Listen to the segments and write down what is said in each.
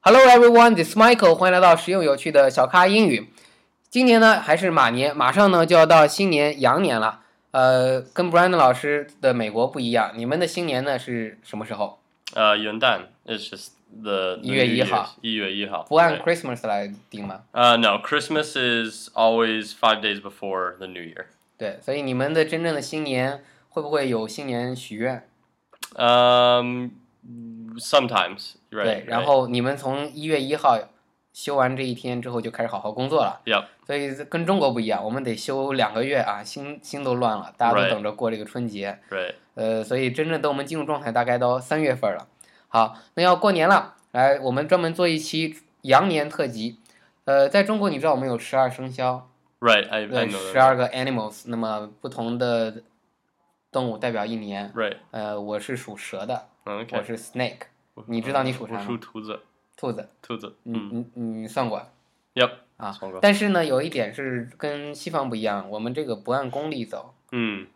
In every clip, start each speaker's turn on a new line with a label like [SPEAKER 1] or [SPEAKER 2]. [SPEAKER 1] Hello everyone, this is Michael，欢迎来到实用有趣的小咖英语。今年呢还是马年，马上呢就要到新年羊年了。呃，跟 Brandon 老师的美国不一样，你们的新年呢是什么时候？
[SPEAKER 2] Uh, 元旦 It's just the,
[SPEAKER 1] 1
[SPEAKER 2] the
[SPEAKER 1] 月
[SPEAKER 2] New
[SPEAKER 1] 1
[SPEAKER 2] Year's-
[SPEAKER 1] 号。
[SPEAKER 2] 1月1号，
[SPEAKER 1] 不按
[SPEAKER 2] 对。
[SPEAKER 1] Christmas 来定吗？
[SPEAKER 2] Uh, no, Christmas is always five days before the New Year.
[SPEAKER 1] 对，所以你们的真正的新年会不会有新年许愿？
[SPEAKER 2] Um, sometimes,
[SPEAKER 1] 对，
[SPEAKER 2] right? right.
[SPEAKER 1] 然后你们从一月一号休完这一天之后就开始好好工作了。
[SPEAKER 2] Yep.
[SPEAKER 1] 所以跟中国不一样，我们得休两个月啊，心心都乱了，大家都
[SPEAKER 2] Right
[SPEAKER 1] 等着过这个春节。
[SPEAKER 2] right.
[SPEAKER 1] 呃，所以真正等我们进入状态，大概到三月份了。好，那要过年了，来，我们专门做一期羊年特辑。呃，在中国，你知道我们有十二生肖，
[SPEAKER 2] Right, I, I
[SPEAKER 1] 对，
[SPEAKER 2] know
[SPEAKER 1] 十
[SPEAKER 2] that.
[SPEAKER 1] 二个 animals，那么不同的动物代表一年。
[SPEAKER 2] Right,
[SPEAKER 1] 呃，我是属蛇的，我
[SPEAKER 2] okay.
[SPEAKER 1] 是 snake，你知道你属啥吗？兔子。你你你嗯算过？
[SPEAKER 2] Yep.
[SPEAKER 1] 啊
[SPEAKER 2] 算过
[SPEAKER 1] 但是呢，有一点是跟西方不一样，我们这个不按公历走，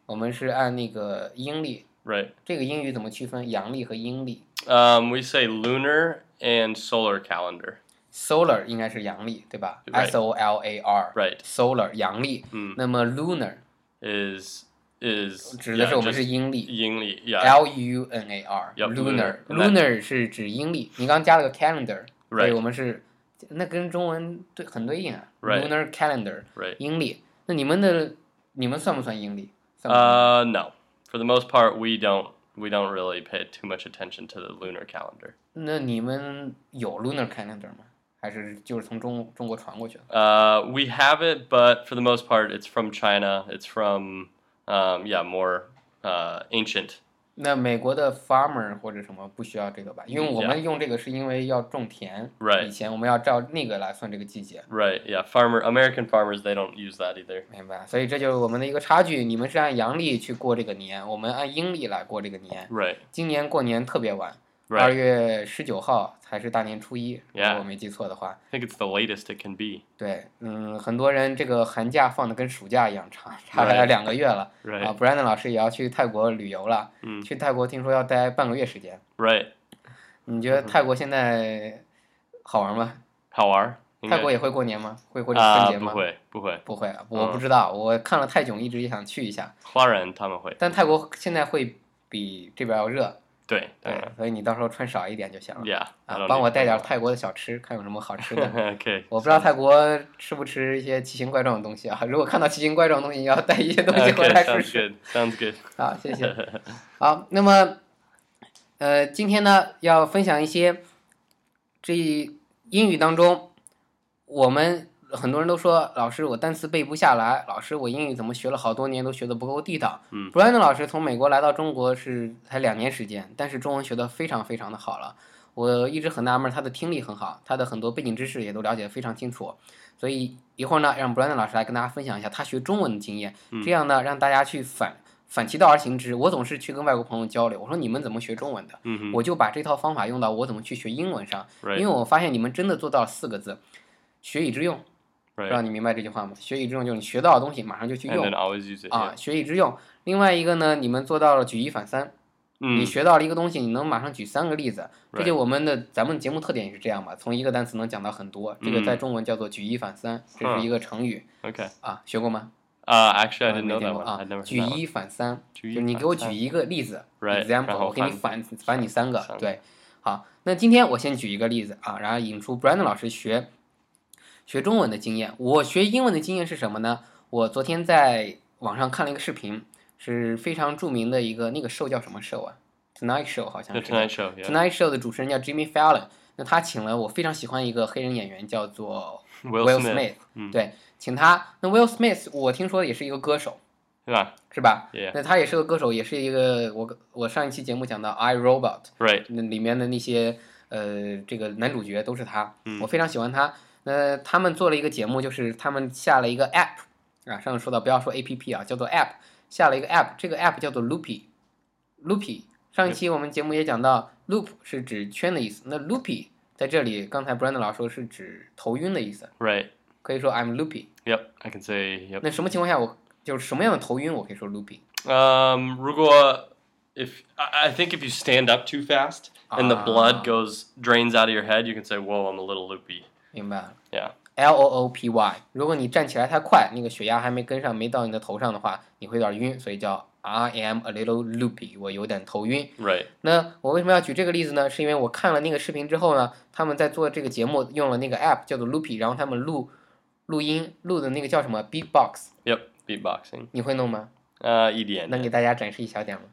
[SPEAKER 1] 我们是按那个阴历。
[SPEAKER 2] right.
[SPEAKER 1] 这个英语怎么区分阳历和阴历？
[SPEAKER 2] Um, we say lunar and solar calendar.
[SPEAKER 1] solar 应该是阳历，对吧
[SPEAKER 2] Right
[SPEAKER 1] ？S O L A R
[SPEAKER 2] Right.
[SPEAKER 1] solar 阳历。
[SPEAKER 2] 嗯
[SPEAKER 1] 那么 lunar
[SPEAKER 2] Is is
[SPEAKER 1] 指的
[SPEAKER 2] yeah,
[SPEAKER 1] 是我们
[SPEAKER 2] just
[SPEAKER 1] 是阴历
[SPEAKER 2] 阴历, yeah.
[SPEAKER 1] ，L U N A R
[SPEAKER 2] Yup,
[SPEAKER 1] lunar
[SPEAKER 2] lunar
[SPEAKER 1] lunar 是指阴历。你刚加了个 calendar，所以
[SPEAKER 2] Right.
[SPEAKER 1] 我们是那跟中文对很对应啊
[SPEAKER 2] Right
[SPEAKER 1] lunar calendar
[SPEAKER 2] Right.
[SPEAKER 1] 阴历。那你们的你们算不算阴历？算不算
[SPEAKER 2] Uh, no. For the most part, we don't we don't really pay too much attention to the lunar calendar.
[SPEAKER 1] 那你们有 lunar calendar 吗？还是就是从中中国传过去的？
[SPEAKER 2] Uh, we have it, but for the most part, it's from China. It's from um, yeah, more uh, ancient.
[SPEAKER 1] 那美国的 farmer 或者什么不需要这个吧？因为我们用这个是因为要种田
[SPEAKER 2] Right
[SPEAKER 1] 以前我们要照那个来算这个季节，
[SPEAKER 2] Right. Yeah. Farmer American farmers they don't use that either.
[SPEAKER 1] 明白？所以这就是我们的一个差距。你们是按阳历去过这个年，我们按阴历来过这个年。
[SPEAKER 2] Right.
[SPEAKER 1] 今年过年特别晚，
[SPEAKER 2] Right.
[SPEAKER 1] 二月十九号才是大年初一，如果
[SPEAKER 2] Yeah
[SPEAKER 1] 我没记错的话。
[SPEAKER 2] I think it's the latest it can be.
[SPEAKER 1] 对，嗯，很多人这个寒假放的跟暑假一样长，差了
[SPEAKER 2] Right
[SPEAKER 1] 两个月了。
[SPEAKER 2] Right.
[SPEAKER 1] 啊，Brandon 老师也要去泰国旅游了，
[SPEAKER 2] 嗯
[SPEAKER 1] 去泰国听说要待半个月时间。
[SPEAKER 2] Right.
[SPEAKER 1] 你
[SPEAKER 2] 嗯
[SPEAKER 1] 觉得泰国现在好玩吗？
[SPEAKER 2] How are? Uh,
[SPEAKER 1] 泰国也会过年吗？会过这
[SPEAKER 2] 啊
[SPEAKER 1] 个春节吗？不会啊，我不知道，我看了泰囧，一直想去一下。但泰国现在会比这边要热，对，所以你到时候穿少一点就行了。
[SPEAKER 2] Yeah.
[SPEAKER 1] 啊，帮我带点泰国的小吃，看有什么好吃 的。
[SPEAKER 2] okay.
[SPEAKER 1] 我不知道泰国吃不吃一些奇形怪状的东西啊，如果看到奇形怪状的东西，你要带一些东西回
[SPEAKER 2] Okay.
[SPEAKER 1] 来试
[SPEAKER 2] Sounds
[SPEAKER 1] 试。
[SPEAKER 2] good. Sounds good.
[SPEAKER 1] 好，啊谢谢。好，那么，呃，今天呢要分享一些这英语当中，我们很多人都说，老师我单词背不下来，老师我英语怎么学了好多年都学的不够地道。
[SPEAKER 2] 嗯
[SPEAKER 1] Brandon 老师从美国来到中国是才两年时间，但是中文学的非常非常的好了。我一直很纳闷，他的听力很好，他的很多背景知识也都了解的非常清楚，所以一会儿呢，让 Brandon 老师来跟大家分享一下他学中文的经验，这样呢，让大家去反反其道而行之。我总是去跟外国朋友交流，我说你们怎么学中文的？
[SPEAKER 2] 嗯哼
[SPEAKER 1] 我就把这套方法用到我怎么去学英文上，因
[SPEAKER 2] Mm-hmm, Right.
[SPEAKER 1] 为我发现你们真的做到了四个字：学以致用。不知道
[SPEAKER 2] Right. 哎
[SPEAKER 1] 你明白这句话吗？学以致用就是你学到的东西马上就去
[SPEAKER 2] And
[SPEAKER 1] 用
[SPEAKER 2] then always use it.
[SPEAKER 1] 啊，学以致用。另外一个呢，你们做到了举一反三，你
[SPEAKER 2] Mm.
[SPEAKER 1] 学到了一个东西，你能马上举三个例子，这
[SPEAKER 2] Right
[SPEAKER 1] 就我们的咱们节目特点也是这样嘛，从一个单词能讲到很多，这个
[SPEAKER 2] 嗯
[SPEAKER 1] 在中文叫做举一反三，这是一个成语
[SPEAKER 2] Okay.
[SPEAKER 1] 啊，学过吗？
[SPEAKER 2] Uh, actually, I
[SPEAKER 1] 啊
[SPEAKER 2] didn't
[SPEAKER 1] 没
[SPEAKER 2] know
[SPEAKER 1] 听
[SPEAKER 2] that
[SPEAKER 1] 过
[SPEAKER 2] one.
[SPEAKER 1] 啊
[SPEAKER 2] I'd never，
[SPEAKER 1] 举
[SPEAKER 2] heard that one.
[SPEAKER 1] 一反三，
[SPEAKER 2] 举
[SPEAKER 1] 就
[SPEAKER 2] 一
[SPEAKER 1] 是你给我
[SPEAKER 2] 反
[SPEAKER 1] 举
[SPEAKER 2] 三
[SPEAKER 1] 一个例子
[SPEAKER 2] Right，然
[SPEAKER 1] ，example，
[SPEAKER 2] 后
[SPEAKER 1] 我给你反反你三个
[SPEAKER 2] 三，个
[SPEAKER 1] 对，好，那今天我先举一个例子啊，然后引出 Brandon 老师学学中文的经验。我学英文的经验是什么呢？我昨天在网上看了一个视频，是非常著名的一个那个 show 叫什么 show 啊？Tonight Show 好像
[SPEAKER 2] The
[SPEAKER 1] 是
[SPEAKER 2] Tonight Show. Yeah.
[SPEAKER 1] Tonight Show 的主持人叫 Jimmy Fallon，那他请了我非常喜欢一个黑人演员，叫做
[SPEAKER 2] Will Smith
[SPEAKER 1] Smith，,
[SPEAKER 2] 嗯
[SPEAKER 1] 对，请他。那 Will Smith 我听说也是一个歌手，
[SPEAKER 2] Yeah.
[SPEAKER 1] 是吧
[SPEAKER 2] Yeah.
[SPEAKER 1] 那他也是个歌手，也是一个我我上一期节目讲到《I Robot》
[SPEAKER 2] Right.
[SPEAKER 1] 那里面的那些呃这个男主角都是他，
[SPEAKER 2] 嗯
[SPEAKER 1] 我非常喜欢他。那他们做了一个节目，就是他们下了一个 App 啊，上次说到不要说 APP 啊，叫做 App，下了一个 App，这个 App 叫做 Loopy。Loopy，上一期我们节目也讲到，loop 是指圈的意思，那 Loopy 在这里刚才 Brandon 老师说是指头晕的意思，
[SPEAKER 2] Right.
[SPEAKER 1] 可以说 I'm loopy。
[SPEAKER 2] Yep. I can say yep.
[SPEAKER 1] 那什么情况下我就是什么样的头晕，我可以说 loopy。
[SPEAKER 2] Um, 如果 if I I think if you stand up too fast and the
[SPEAKER 1] Ah.
[SPEAKER 2] blood goes drains out of your head, you can say, "Whoa, I'm a little loopy."
[SPEAKER 1] 明白了。
[SPEAKER 2] Yeah.
[SPEAKER 1] L O O P Y，如果你站起来太快，那个血压还没跟上，没到你的头上的话，你会有点晕，所以叫 I am a little loopy，我有点头晕。
[SPEAKER 2] Right.
[SPEAKER 1] 那我为什么要举这个例子呢？是因为我看了那个视频之后呢，他们在做这个节目用了那个 app 叫做 Loopy，然后他们录录音录的那个叫什么 Beatbox，
[SPEAKER 2] Yep. Beatboxing.
[SPEAKER 1] 你会弄吗？
[SPEAKER 2] Uh, EDM.
[SPEAKER 1] 能给大家展示一小点吗？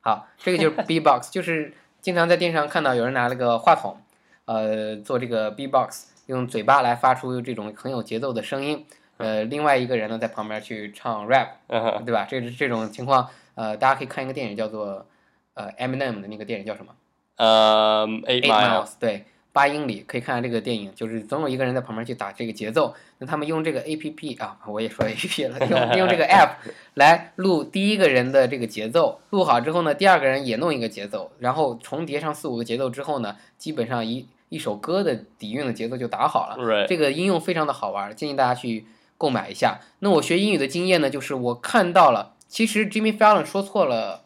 [SPEAKER 1] 好，这个就是 B-box，就是经常在电视上看到有人拿了个话筒，呃，做这个 B-box，用嘴巴来发出这种很有节奏的声音。呃，另外一个人呢在旁边去唱 rap，
[SPEAKER 2] Uh-huh.
[SPEAKER 1] 对吧？这这种情况，呃，大家可以看一个电影叫做呃 Eminem 的那个电影叫什么
[SPEAKER 2] Um, eight,
[SPEAKER 1] Eight
[SPEAKER 2] mile.
[SPEAKER 1] Miles，对，八英里，可以看看这个电影，就是总有一个人在旁边去打这个节奏。那他们用这个 A P P 啊，我也说 A P P 了，用用这个 App 来录第一个人的这个节奏，录好之后呢，第二个人也弄一个节奏，然后重叠上四五个节奏之后呢，基本上一一首歌的底蕴的节奏就打好了。
[SPEAKER 2] Right.
[SPEAKER 1] 这个应用非常的好玩，建议大家去购买一下。那我学英语的经验呢，就是我看到了，其实 Jimmy Fallon 说错了，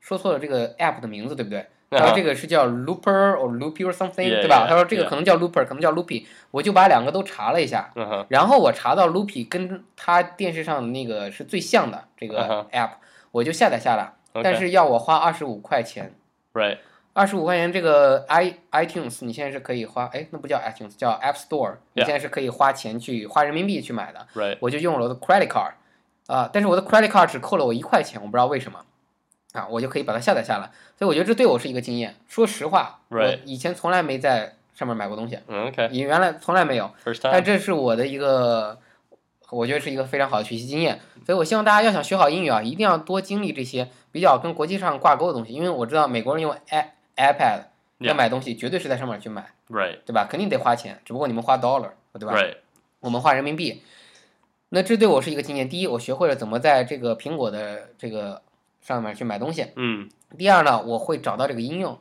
[SPEAKER 1] 说错了这个 app 的名字，对不对？
[SPEAKER 2] 啊
[SPEAKER 1] 他说这个是叫 Looper or Loopy or something，
[SPEAKER 2] Yeah,
[SPEAKER 1] 对吧？
[SPEAKER 2] yeah,
[SPEAKER 1] 他说这个
[SPEAKER 2] yeah.
[SPEAKER 1] 可能叫 Looper，可能叫 Loopy，我就把两个都查了一下。
[SPEAKER 2] Uh-huh.
[SPEAKER 1] 然后我查到 Loopy 跟他电视上的那个是最像的这
[SPEAKER 2] 嗯
[SPEAKER 1] 个 app，、我就下载下来，但
[SPEAKER 2] Okay.
[SPEAKER 1] 是要我花二十五块钱。
[SPEAKER 2] Right.
[SPEAKER 1] 二十五块钱这个 i iTunes 你现在是可以花，哎，那不叫 iTunes，叫 App Store，你
[SPEAKER 2] Yeah.
[SPEAKER 1] 现在是可以花钱去花人民币去买的。
[SPEAKER 2] Right.
[SPEAKER 1] 我就用了我的 credit card，啊、但是我的 credit card 只扣了我一块钱，我不知道为什么，啊，我就可以把它下载下来。所以我觉得这对我是一个经验。说实话
[SPEAKER 2] Right.
[SPEAKER 1] 我以前从来没在上面买过东西，
[SPEAKER 2] Okay.
[SPEAKER 1] 也原来从来没有。
[SPEAKER 2] First
[SPEAKER 1] 但
[SPEAKER 2] time.
[SPEAKER 1] 这是我的一个，我觉得是一个非常好的学习经验。所以我希望大家要想学好英语啊，一定要多经历这些比较跟国际上挂钩的东西，因为我知道美国人用 i iPad 要
[SPEAKER 2] Yeah.
[SPEAKER 1] 买东西，绝对是在上面去买，
[SPEAKER 2] Right.
[SPEAKER 1] 对吧？肯定得花钱，只不过你们花 dollar，对吧？
[SPEAKER 2] Right.
[SPEAKER 1] 我们花人民币。那这对我是一个经验。第一，我学会了怎么在这个苹果的这个上面去买东西；
[SPEAKER 2] Mm.
[SPEAKER 1] 第二呢，我会找到这个应用。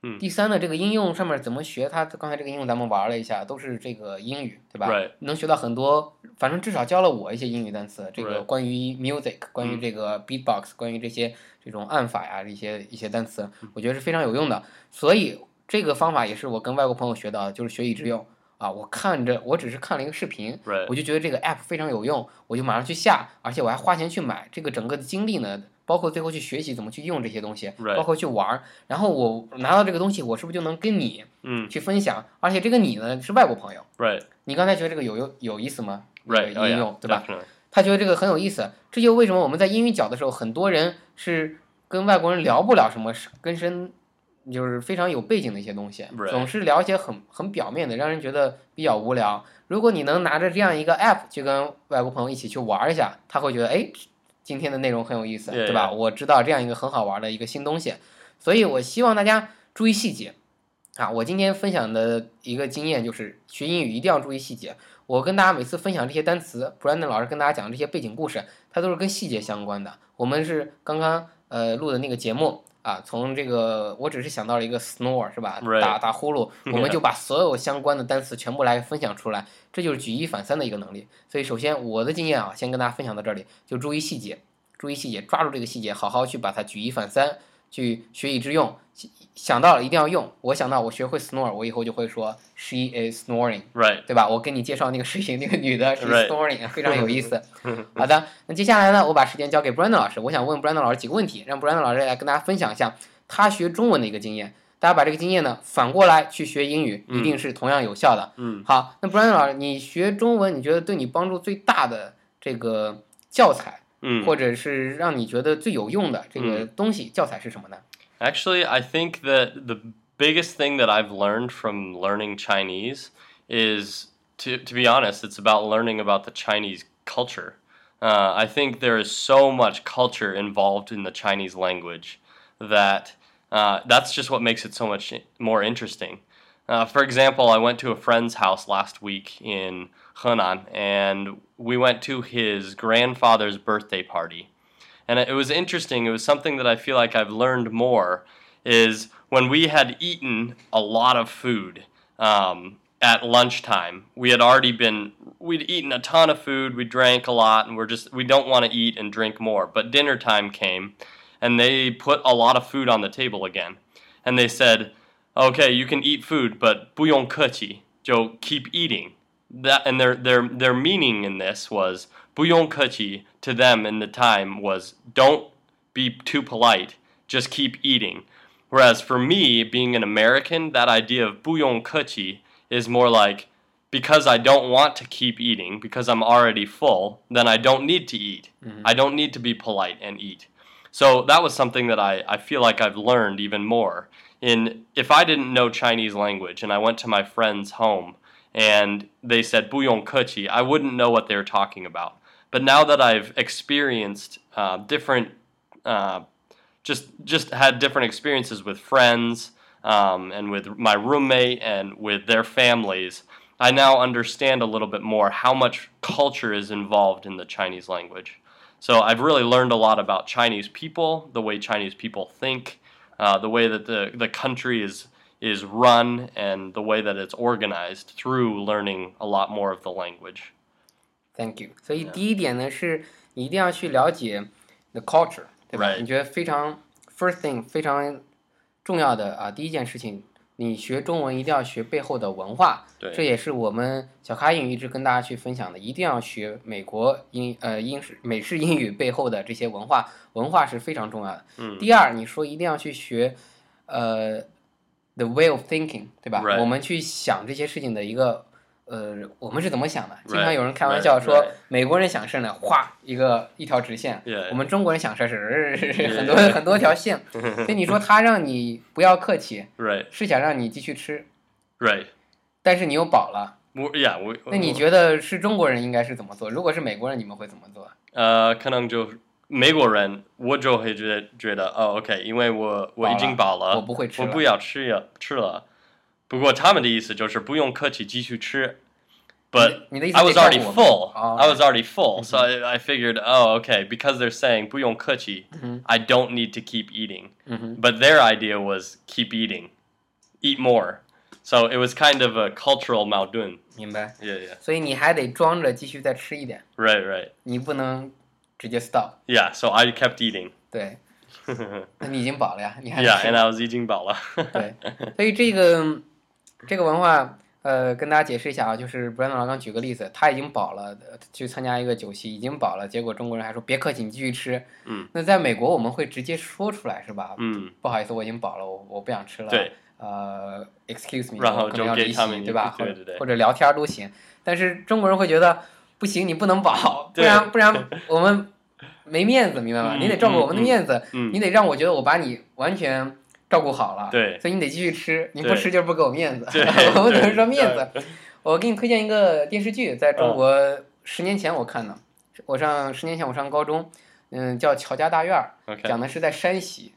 [SPEAKER 2] 嗯
[SPEAKER 1] 第三呢，这个应用上面怎么学？它刚才这个应用咱们玩了一下，都是这个英语，对吧
[SPEAKER 2] Right.
[SPEAKER 1] 能学到很多，反正至少教了我一些英语单词。这个
[SPEAKER 2] Right 嗯
[SPEAKER 1] 关于 music，关于这个 beatbox，关于这些这种按法呀，一些一些单词，
[SPEAKER 2] 嗯
[SPEAKER 1] 我觉得是非常有用的。所以这个方法也是我跟外国朋友学到的，就是学以致
[SPEAKER 2] 嗯
[SPEAKER 1] 用啊。我看着，我只是看了一个视频，
[SPEAKER 2] Right.
[SPEAKER 1] 我就觉得这个 app 非常有用，我就马上去下，而且我还花钱去买。这个整个的经历呢，包括最后去学习怎么去用这些东西，
[SPEAKER 2] Right.
[SPEAKER 1] 包括去玩儿。然后我拿到这个东西，我是不是就能跟你
[SPEAKER 2] Mm.
[SPEAKER 1] 去分享？而且这个你呢是外国朋友，
[SPEAKER 2] Right.
[SPEAKER 1] 你刚才觉得这个有有有意思吗？那个
[SPEAKER 2] Right. Oh
[SPEAKER 1] 应
[SPEAKER 2] yeah.
[SPEAKER 1] 用对吧？
[SPEAKER 2] Definitely.
[SPEAKER 1] 他觉得这个很有意思，这就为什么我们在英语角的时候，很多人是跟外国人聊不了什么根深，就是非常有背景的一些东西
[SPEAKER 2] Right.
[SPEAKER 1] 总是聊一些很很表面的，让人觉得比较无聊。如果你能拿着这样一个 app 去跟外国朋友一起去玩一下，他会觉得哎，今天的内容很有意思
[SPEAKER 2] Yeah,
[SPEAKER 1] 对吧？
[SPEAKER 2] yeah.
[SPEAKER 1] 我知道这样一个很好玩的一个新东西，所以我希望大家注意细节。啊，我今天分享的一个经验就是学英语一定要注意细节。我跟大家每次分享这些单词，Brandon 老师跟大家讲这些背景故事，它都是跟细节相关的。我们是刚刚呃录的那个节目啊，从这个我只是想到了一个 snore 是吧
[SPEAKER 2] Right
[SPEAKER 1] 打打呼噜，我们就把所有相关的单词全部来分享出来，这就是举一反三的一个能力。所以首先我的经验啊，先跟大家分享到这里，就注意细节，注意细节，抓住这个细节，好好去把它举一反三，去学以致用。想到了一定要用，我想到我学会 snore，我以后就会说 she is snoring。
[SPEAKER 2] Right.
[SPEAKER 1] 对吧？我给你介绍那个视频，那个女的是
[SPEAKER 2] Right.
[SPEAKER 1] snoring，非常有意 思。好的，那接下来呢，我把时间交给 Brandon 老师，我想问 Brandon 老师几个问题，让 Brandon 老师来跟大家分享一下他学中文的一个经验。大家把这个经验呢反过来去学英语，一定是同样有效的。
[SPEAKER 2] 嗯，
[SPEAKER 1] 好，那 Brandon 老师，你学中文，你觉得对你帮助最大的这个教材，
[SPEAKER 2] Mm.
[SPEAKER 1] 或者是让你觉得最有用的这
[SPEAKER 2] 嗯
[SPEAKER 1] 个东西，教材是什么呢？
[SPEAKER 2] Actually, I think that the biggest thing that I've learned from learning Chinese is, to, to be honest, it's about learning about the Chinese culture. Uh, I think there is so much culture involved in the Chinese language that uh, that's just what makes it so much more interesting. Uh, for example, I went to a friend's house last week in Henan, and we went to his grandfather's birthday party and it was interesting. It was something that I feel like I've learned more is when we had eaten a lot of food. Um, at lunchtime. We had already been we'd eaten a ton of food, we drank a lot, and we're just we don't want to eat and drink more. But dinner time came, and they put a lot of food on the table again, and they said, "Okay, you can eat food, but 不用客气, Joe, keep eating." That and their their their meaning in this was 不用客气to them in the time was don't be too polite, just keep eating. Whereas for me, being an American, that idea of 不用客气 is more like because I don't want to keep eating because I'm already full, then I don't need to eat. I don't need to be polite and eat. So that was something that I, I feel like I've learned even more. In if I didn't know Chinese language and I went to my friend's home and they said bouillon kuchi, I wouldn't know what they were talking about. But now that I've experienced uh, different, uh, just just had different experiences with friends, um, and with my roommate and with their families, I now understand a little bit more how much culture is involved in the Chinese language. So I've really learned a lot about Chinese people, the way Chinese people think, uh, the way that the, the country is is run, and the way that it's organized through learning a lot more of the language.
[SPEAKER 1] Thank you。所以
[SPEAKER 2] 啊
[SPEAKER 1] 第一点呢，是你一定要去了解 the culture，对吧
[SPEAKER 2] Right
[SPEAKER 1] 你觉得非常 first thing 非常重要的啊，第一件事情，你学中文一定要学背后的文化。
[SPEAKER 2] 对
[SPEAKER 1] 这也是我们小咖英语一直跟大家去分享的，一定要学美国英呃英式美式英语背后的这些文化，文化是非常重要的。
[SPEAKER 2] 嗯
[SPEAKER 1] 第二，你说一定要去学呃 the way of thinking，对吧
[SPEAKER 2] Right
[SPEAKER 1] 我们去想这些事情的一个。呃，我们是怎么想的？经常
[SPEAKER 2] Right，
[SPEAKER 1] 有人开玩笑
[SPEAKER 2] right，
[SPEAKER 1] 说
[SPEAKER 2] right，
[SPEAKER 1] 美国人想事呢，哗一个一条直线
[SPEAKER 2] Yeah，
[SPEAKER 1] 我们中国人想事是
[SPEAKER 2] Yeah，
[SPEAKER 1] 很多
[SPEAKER 2] yeah
[SPEAKER 1] 很多条 线。所以你说他让你不要客气，
[SPEAKER 2] Right,
[SPEAKER 1] 是想让你继续吃，
[SPEAKER 2] right.
[SPEAKER 1] 但是你又饱了，
[SPEAKER 2] 我 yeah，我
[SPEAKER 1] 那你觉得是中国人应该是怎么做？如果是美国人，你们会怎么做？
[SPEAKER 2] 呃，可能就美国人，我就会觉得觉得哦，OK，因为我我已经饱了，
[SPEAKER 1] 我不会吃
[SPEAKER 2] 我
[SPEAKER 1] 了
[SPEAKER 2] 不要吃呀，吃了。不过他们的意思就是不用客气，继续吃。But
[SPEAKER 1] 你的意思
[SPEAKER 2] I was
[SPEAKER 1] 得告诉
[SPEAKER 2] already
[SPEAKER 1] 我们
[SPEAKER 2] full.
[SPEAKER 1] 哦
[SPEAKER 2] I was already full, so I, I figured, oh, okay, because they're saying 不用客气 I don't need to keep eating.
[SPEAKER 1] 嗯哼
[SPEAKER 2] But their idea was keep eating, eat more. So it was kind of a cultural 矛盾。
[SPEAKER 1] 明白。
[SPEAKER 2] Yeah, yeah,
[SPEAKER 1] 所以你还得装着继续再吃一点，
[SPEAKER 2] right, right.
[SPEAKER 1] 你不能直接 stop。
[SPEAKER 2] Yeah, so I kept eating.
[SPEAKER 1] 对，那你已经饱了呀，你还
[SPEAKER 2] Yeah,
[SPEAKER 1] 吃
[SPEAKER 2] and I was eating 饱了。
[SPEAKER 1] 对，所以这个这个文化，呃，跟大家解释一下啊，就是 Brandon 老刚举个例子，他已经饱了，呃去参加一个酒席已经饱了，结果中国人还说别客气，你继续吃。
[SPEAKER 2] 嗯，
[SPEAKER 1] 那在美国我们会直接说出来是吧？
[SPEAKER 2] 嗯，
[SPEAKER 1] 不好意思，我已经饱了，我我不想吃了。
[SPEAKER 2] 对。
[SPEAKER 1] 呃，excuse me，
[SPEAKER 2] 然后
[SPEAKER 1] 我可
[SPEAKER 2] 就
[SPEAKER 1] 能要
[SPEAKER 2] 给
[SPEAKER 1] 离
[SPEAKER 2] 他们
[SPEAKER 1] 席，
[SPEAKER 2] 一
[SPEAKER 1] 对吧？
[SPEAKER 2] 对
[SPEAKER 1] 或者
[SPEAKER 2] 对对
[SPEAKER 1] 或者聊天都行，但是中国人会觉得不行，你不能饱，不
[SPEAKER 2] 对
[SPEAKER 1] 然不 然我们没面子，明白吗？
[SPEAKER 2] 嗯
[SPEAKER 1] 你得照顾
[SPEAKER 2] 嗯
[SPEAKER 1] 我们的
[SPEAKER 2] 嗯
[SPEAKER 1] 面子，
[SPEAKER 2] 嗯
[SPEAKER 1] 你得让我觉得我把你完全照顾好了，
[SPEAKER 2] 对
[SPEAKER 1] 所以你得继续吃，你不
[SPEAKER 2] 对
[SPEAKER 1] 吃就是不给我面子，
[SPEAKER 2] 对
[SPEAKER 1] 我们只能
[SPEAKER 2] 对嗯
[SPEAKER 1] 说面子。我给你推荐一个电视剧，在中国十年前我看的，我上十年前我上高中，嗯，叫《乔家大院儿》，
[SPEAKER 2] OK，
[SPEAKER 1] 讲的是在山西，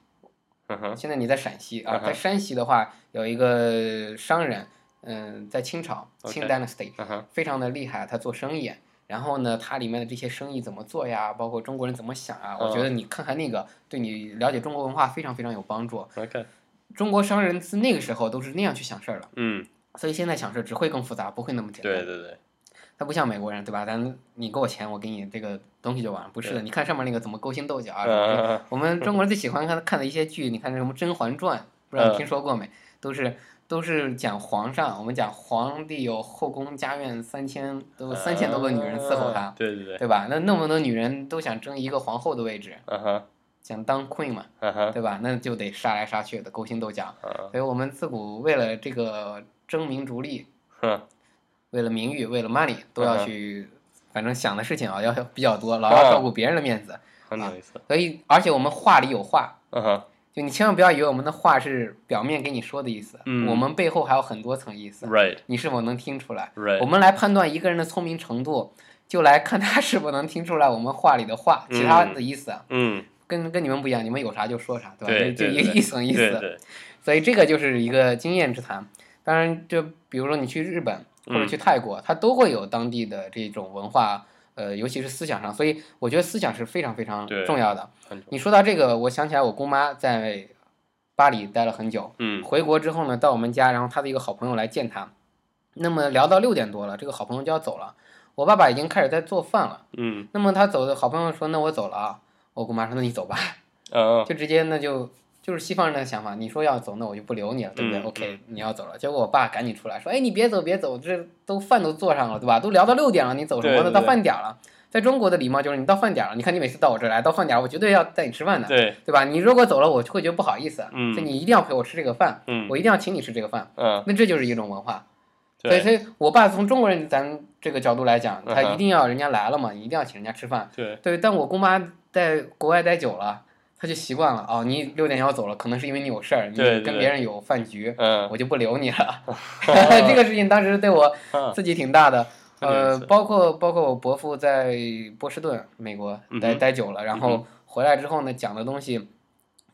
[SPEAKER 2] 嗯哼，
[SPEAKER 1] 现在你在陕西啊
[SPEAKER 2] 嗯，哼
[SPEAKER 1] 在山西的话有一个商人，嗯，在清朝，清
[SPEAKER 2] OK
[SPEAKER 1] dynasty，
[SPEAKER 2] 嗯哼，
[SPEAKER 1] 非常的厉害，他做生意。然后呢，他里面的这些生意怎么做呀？包括中国人怎么想啊？我
[SPEAKER 2] 嗯
[SPEAKER 1] 觉得你看看那个，对你了解中国文化非常非常有帮助。
[SPEAKER 2] OK，
[SPEAKER 1] 中国商人自那个时候都是那样去想事儿了，
[SPEAKER 2] 嗯，
[SPEAKER 1] 所以现在想事儿只会更复杂，不会那么简单。
[SPEAKER 2] 对对对，
[SPEAKER 1] 他不像美国人，对吧？咱你给我钱，我给你这个东西就完了。不是的，
[SPEAKER 2] 对
[SPEAKER 1] 你看上面那个怎么勾心斗角啊？什么的
[SPEAKER 2] 嗯
[SPEAKER 1] 我们中国人最喜欢看看的一些剧，你看什么《甄嬛传》，不知道你
[SPEAKER 2] 嗯
[SPEAKER 1] 听说过没？都是都是讲皇上，我们讲皇帝有后宫佳苑三千都三千多个女人伺候他，
[SPEAKER 2] 对对对，
[SPEAKER 1] 对吧？那那么多女人都想争一个皇后的位置，
[SPEAKER 2] 嗯哼，
[SPEAKER 1] 想当 queen 嘛，
[SPEAKER 2] 嗯哼，
[SPEAKER 1] 对吧？那就得杀来杀去的，勾心斗角。
[SPEAKER 2] 嗯
[SPEAKER 1] 所以我们自古为了这个争名逐利，
[SPEAKER 2] 哼，
[SPEAKER 1] 为了名誉，为了 money，都
[SPEAKER 2] 嗯
[SPEAKER 1] 要
[SPEAKER 2] 哼嗯
[SPEAKER 1] 去，反正想的事情啊，要比较多，老要照顾别人的面子。
[SPEAKER 2] 很有意思，
[SPEAKER 1] 所以，而且我们话里有话，
[SPEAKER 2] 嗯哼
[SPEAKER 1] 就你千万不要以为我们的话是表面给你说的意思，
[SPEAKER 2] 嗯
[SPEAKER 1] 我们背后还有很多层意思。
[SPEAKER 2] ，right
[SPEAKER 1] 你是否能听出来？我
[SPEAKER 2] right，
[SPEAKER 1] 们来判断一个人的聪明程度，就来看他是否能听出来我们话里的话，其他的意思啊，
[SPEAKER 2] 嗯，
[SPEAKER 1] 跟跟你们不一样，你们有啥就说啥，对吧？
[SPEAKER 2] 对
[SPEAKER 1] 就就
[SPEAKER 2] 对
[SPEAKER 1] 一
[SPEAKER 2] 对
[SPEAKER 1] 一层意
[SPEAKER 2] 对
[SPEAKER 1] 思。
[SPEAKER 2] 对，
[SPEAKER 1] 所以这个就是一个经验之谈。当然，就比如说你去日本
[SPEAKER 2] 嗯
[SPEAKER 1] 或者去泰国，它都会有当地的这种文化，呃，尤其是思想上。所以我觉得思想是非常非常
[SPEAKER 2] 对
[SPEAKER 1] 重要的
[SPEAKER 2] 很重要。
[SPEAKER 1] 你说到这个，我想起来我姑妈在巴黎待了很久，
[SPEAKER 2] 嗯 Mm.
[SPEAKER 1] 回国之后呢，到我们家，然后她的一个好朋友来见她，那么聊到六点多了，这个好朋友就要走了，我爸爸已经开始在做饭了。
[SPEAKER 2] 嗯，
[SPEAKER 1] 那么他走的好朋友说：“那我走了啊。”我姑妈说：“那你走吧。”
[SPEAKER 2] 哦，
[SPEAKER 1] 就直接那就就是西方人的想法，你说要走，那我就不留你了，对不对、
[SPEAKER 2] 嗯
[SPEAKER 1] o k 你要走了。结果我爸赶紧出来说：“哎，你别走，别走，这都饭都做上了，对吧？都聊到六点了，你走什么
[SPEAKER 2] 对
[SPEAKER 1] 呢？
[SPEAKER 2] 对
[SPEAKER 1] 到
[SPEAKER 2] 对
[SPEAKER 1] 饭点儿了。”在中国的礼貌就是你到饭点儿了，你看你每次到我这儿来，到饭点儿我绝对要带你吃饭的，
[SPEAKER 2] 对，
[SPEAKER 1] 对吧？你如果走了，我会觉得不好意思，
[SPEAKER 2] 嗯
[SPEAKER 1] 所以你一定要陪我吃这个饭，
[SPEAKER 2] 嗯
[SPEAKER 1] 我一定要请你吃这个饭，
[SPEAKER 2] 嗯，
[SPEAKER 1] 那这就是一种文化。所以，
[SPEAKER 2] 对
[SPEAKER 1] 所以我爸从中国人咱这个角度来讲，他
[SPEAKER 2] 嗯哼
[SPEAKER 1] 一定要人家来了嘛，一定要请人家吃饭，
[SPEAKER 2] 对，
[SPEAKER 1] 对，但我姑妈在国外待久了，她就习惯了。哦，你六点要走了，可能是因为你有事儿，你
[SPEAKER 2] 对对
[SPEAKER 1] 跟
[SPEAKER 2] 对
[SPEAKER 1] 别人有饭局，
[SPEAKER 2] 嗯，
[SPEAKER 1] 我就不留你 了。这个事情当时对我
[SPEAKER 2] 嗯
[SPEAKER 1] 自己挺大的。
[SPEAKER 2] 很有意
[SPEAKER 1] 呃，
[SPEAKER 2] 思
[SPEAKER 1] 包括包括我伯父在波士顿，美国待
[SPEAKER 2] 嗯哼
[SPEAKER 1] 待久了，然
[SPEAKER 2] 嗯
[SPEAKER 1] 后回来之后呢，讲的东西，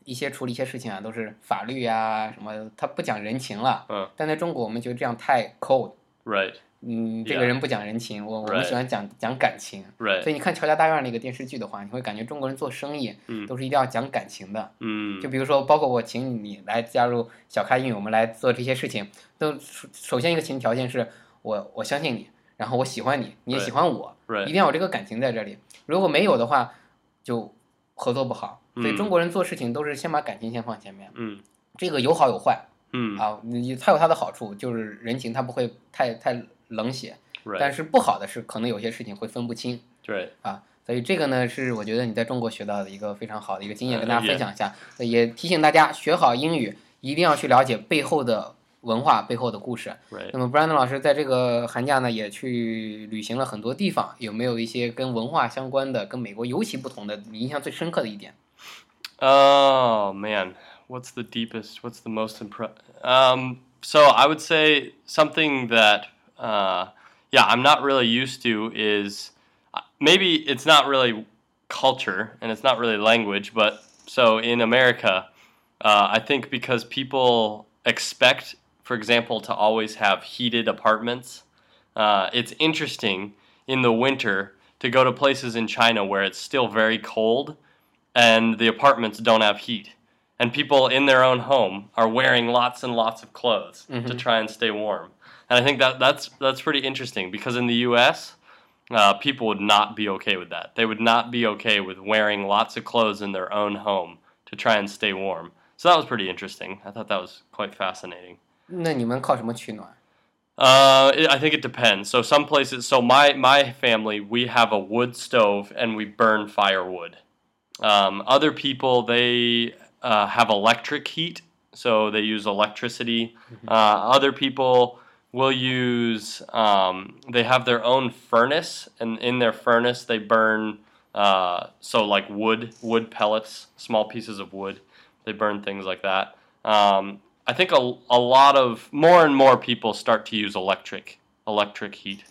[SPEAKER 1] 一些处理一些事情啊，都是法律啊什么，他不讲人情了。
[SPEAKER 2] 嗯。
[SPEAKER 1] 但在中国，我们觉得这样太 cold。
[SPEAKER 2] right,
[SPEAKER 1] 嗯，这个
[SPEAKER 2] Yeah
[SPEAKER 1] 人不讲人情，我我们
[SPEAKER 2] Right
[SPEAKER 1] 喜欢讲讲感情。所
[SPEAKER 2] right，
[SPEAKER 1] 以你看《乔家大院》那个电视剧的话，你会感觉中国人做生意
[SPEAKER 2] 嗯
[SPEAKER 1] 都是一定要讲感情的。
[SPEAKER 2] 嗯
[SPEAKER 1] 就比如说，包括我请你来加入小咖英语，我们来做这些事情，都首首先一个前提条件是我我相信你，然后我喜欢你，你也喜欢我，一
[SPEAKER 2] ，right，
[SPEAKER 1] 定要有这个感情在这里。如果没有的话，就合作不好。所以
[SPEAKER 2] 嗯
[SPEAKER 1] 中国人做事情都是先把感情先放前面，
[SPEAKER 2] 嗯
[SPEAKER 1] 这个有好有坏
[SPEAKER 2] 嗯
[SPEAKER 1] 啊，你它有它的好处，就是人情它不会太太冷血，但
[SPEAKER 2] ，right，
[SPEAKER 1] 是不好的是可能有些事情会分不清。
[SPEAKER 2] right，
[SPEAKER 1] 啊，所以这个呢是我觉得你在中国学到的一个非常好的一个经验，
[SPEAKER 2] 呃
[SPEAKER 1] 跟大家
[SPEAKER 2] 也
[SPEAKER 1] 分享一下。呃也提醒大家学好英语，一定要去了解背后的文化、背后的故事。
[SPEAKER 2] right，
[SPEAKER 1] 那么 Brandon 老师在这个寒假呢也去旅行了很多地方，有没有一些跟文化相关的、跟美国尤其不同的，你印象最深刻的一点？
[SPEAKER 2] Oh man, what's the deepest? What's the most impressive? Um, so I would say something that, uh, yeah, I'm not really used to is uh, maybe it's not really culture and it's not really language, but so in America, uh, I think because people expect, for example, to always have heated apartments, uh, it's interesting in the winter to go to places in China where it's still very cold and the apartments don't have heat. And people in their own home are wearing lots and lots of clothes to try and stay warm. And I think that that's that's pretty interesting because in the U.S., uh, people would not be okay with that. They would not be okay with wearing lots of clothes in their own home to try and stay warm. So that was pretty interesting. I thought that was quite fascinating.
[SPEAKER 1] 那你们靠什么取暖？
[SPEAKER 2] Uh, it, I think it depends. So some places. So my my family, we have a wood stove and we burn firewood. Um, other people they uh, have electric heat, so they use electricity. Uh, other people will use. Um, they have their own furnace, and in their furnace they burn. Uh, so like wood, wood pellets, small pieces of wood. They burn things like that. Um, I think a, a lot of more and more people start to use electric electric heat.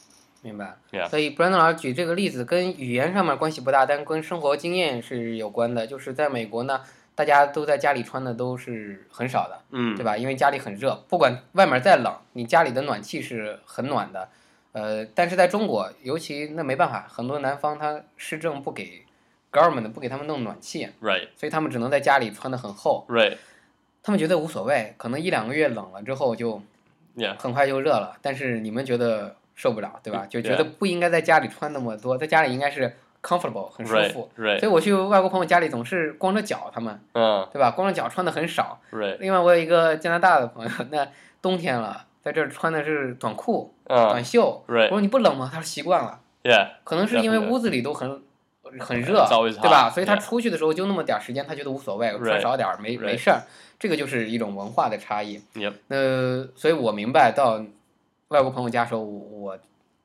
[SPEAKER 1] 明白。
[SPEAKER 2] Yeah
[SPEAKER 1] 所以 Brandon 老师举这个例子，跟语言上面关系不大，但跟生活经验是有关的。就是在美国呢，大家都在家里穿的都是很少的，对
[SPEAKER 2] Mm.
[SPEAKER 1] 吧？因为家里很热，不管外面再冷，你家里的暖气是很暖的。呃，但是在中国，尤其那没办法，很多南方他市政不给 government 不给他们弄暖气，
[SPEAKER 2] Right.
[SPEAKER 1] 所以他们只能在家里穿的很厚。
[SPEAKER 2] Right.
[SPEAKER 1] 他们觉得无所谓，可能一两个月冷了之后就
[SPEAKER 2] Yeah.
[SPEAKER 1] 很快就热了，但是你们觉得受不了，对吧？就觉得不应该在家里穿那么多，在家里应该是 comfortable 很舒
[SPEAKER 2] Right.
[SPEAKER 1] 服。
[SPEAKER 2] Right.
[SPEAKER 1] 所以我去外国朋友家里总是光着脚，他们
[SPEAKER 2] Uh,
[SPEAKER 1] 对吧？光着脚穿的很少。
[SPEAKER 2] right.
[SPEAKER 1] 另外，我有一个加拿大的朋友， 那冬天了，在这儿穿的是短裤、
[SPEAKER 2] Uh,
[SPEAKER 1] 短袖。我
[SPEAKER 2] right.
[SPEAKER 1] 说你不冷吗？他说习惯了，
[SPEAKER 2] Yeah.
[SPEAKER 1] 可能是因为
[SPEAKER 2] Definitely.
[SPEAKER 1] 屋子里都很很热
[SPEAKER 2] It's，always hot.
[SPEAKER 1] 对吧？所以他
[SPEAKER 2] Yeah.
[SPEAKER 1] 出去的时候就那么点儿时间，他觉得无所谓，
[SPEAKER 2] Right.
[SPEAKER 1] 穿少点儿没没
[SPEAKER 2] Right.
[SPEAKER 1] 事儿。这个就是一种文化的差异。
[SPEAKER 2] Yep.
[SPEAKER 1] 那所以我明白到外国朋友家的时候，我我